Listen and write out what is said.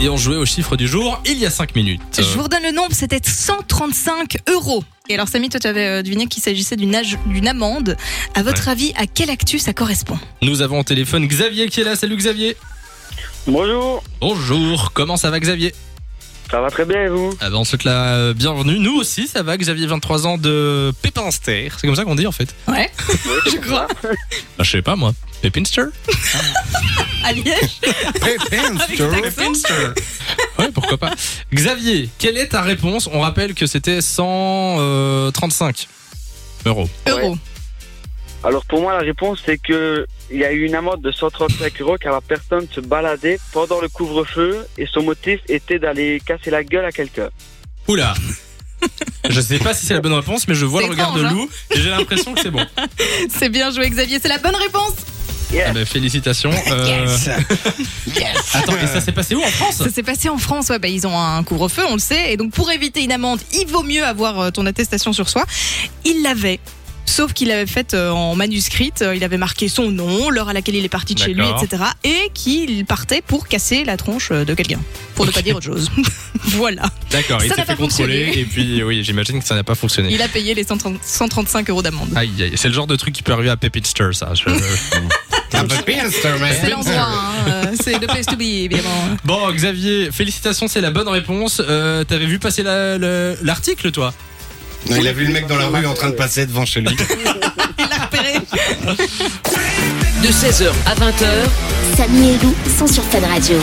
et on jouait au chiffre du jour il y a 5 minutes. Euh, Je vous redonne le nombre, c'était 135 euros. Et alors, Samy, toi, tu avais euh, deviné qu'il s'agissait d'une age- d'une amende. À votre avis, à quel actu ça correspond Nous avons au téléphone Xavier qui est là. Salut Xavier. Bonjour, Bonjour, comment ça va Xavier ça va très bien et vous ah ben, On souhaite la euh, bienvenue. Nous aussi, ça va Xavier, 23 ans de Pépinster. C'est comme ça qu'on dit en fait Ouais, je crois. Bah, Je sais pas moi. Pépinster À Liège Ouais, pourquoi pas. Xavier, quelle est ta réponse On rappelle que c'était 135 euros. Euros. Alors pour moi la réponse c'est que il y a eu une amende de 135 euros car la personne se baladait pendant le couvre-feu et son motif était d'aller casser la gueule à quelqu'un. Oula Je sais pas si c'est la bonne réponse, mais je vois C'est le regard de étrange, hein Lou et j'ai l'impression que c'est bon. C'est bien joué, Xavier. C'est la bonne réponse. Ah bah, félicitations. Euh, Attends, et ça s'est passé où en France Ça s'est passé en France. Ouais, bah, ils ont un couvre-feu, on le sait. Et donc, pour éviter une amende, il vaut mieux avoir euh, ton attestation sur soi. Il l'avait. Sauf qu'il l'avait faite euh, en manuscrite, Euh, il avait marqué son nom, l'heure à laquelle il est parti de chez lui, D'accord. etc. Et qu'il partait pour casser la tronche euh, de quelqu'un. Pour ne pas dire autre chose. voilà. D'accord, il Ça s'est n'a fait pas contrôler et puis oui, j'imagine que ça n'a pas fonctionné. Il a payé les 130 135 euros d'amende. Aïe, aïe, c'est le genre de truc qui peut arriver à Pepinster, ça. Je- C'est l'endroit, hein, euh, c'est the place to be, évidemment. Bon, Xavier, félicitations, c'est la bonne réponse. Euh, T'avais vu passer la- le- l'article, toi Non, il a vu le mec dans la rue en train de passer devant chez lui. Il l'a repéré. De 16h à 20h, Samy et Lou sont sur Fan Radio.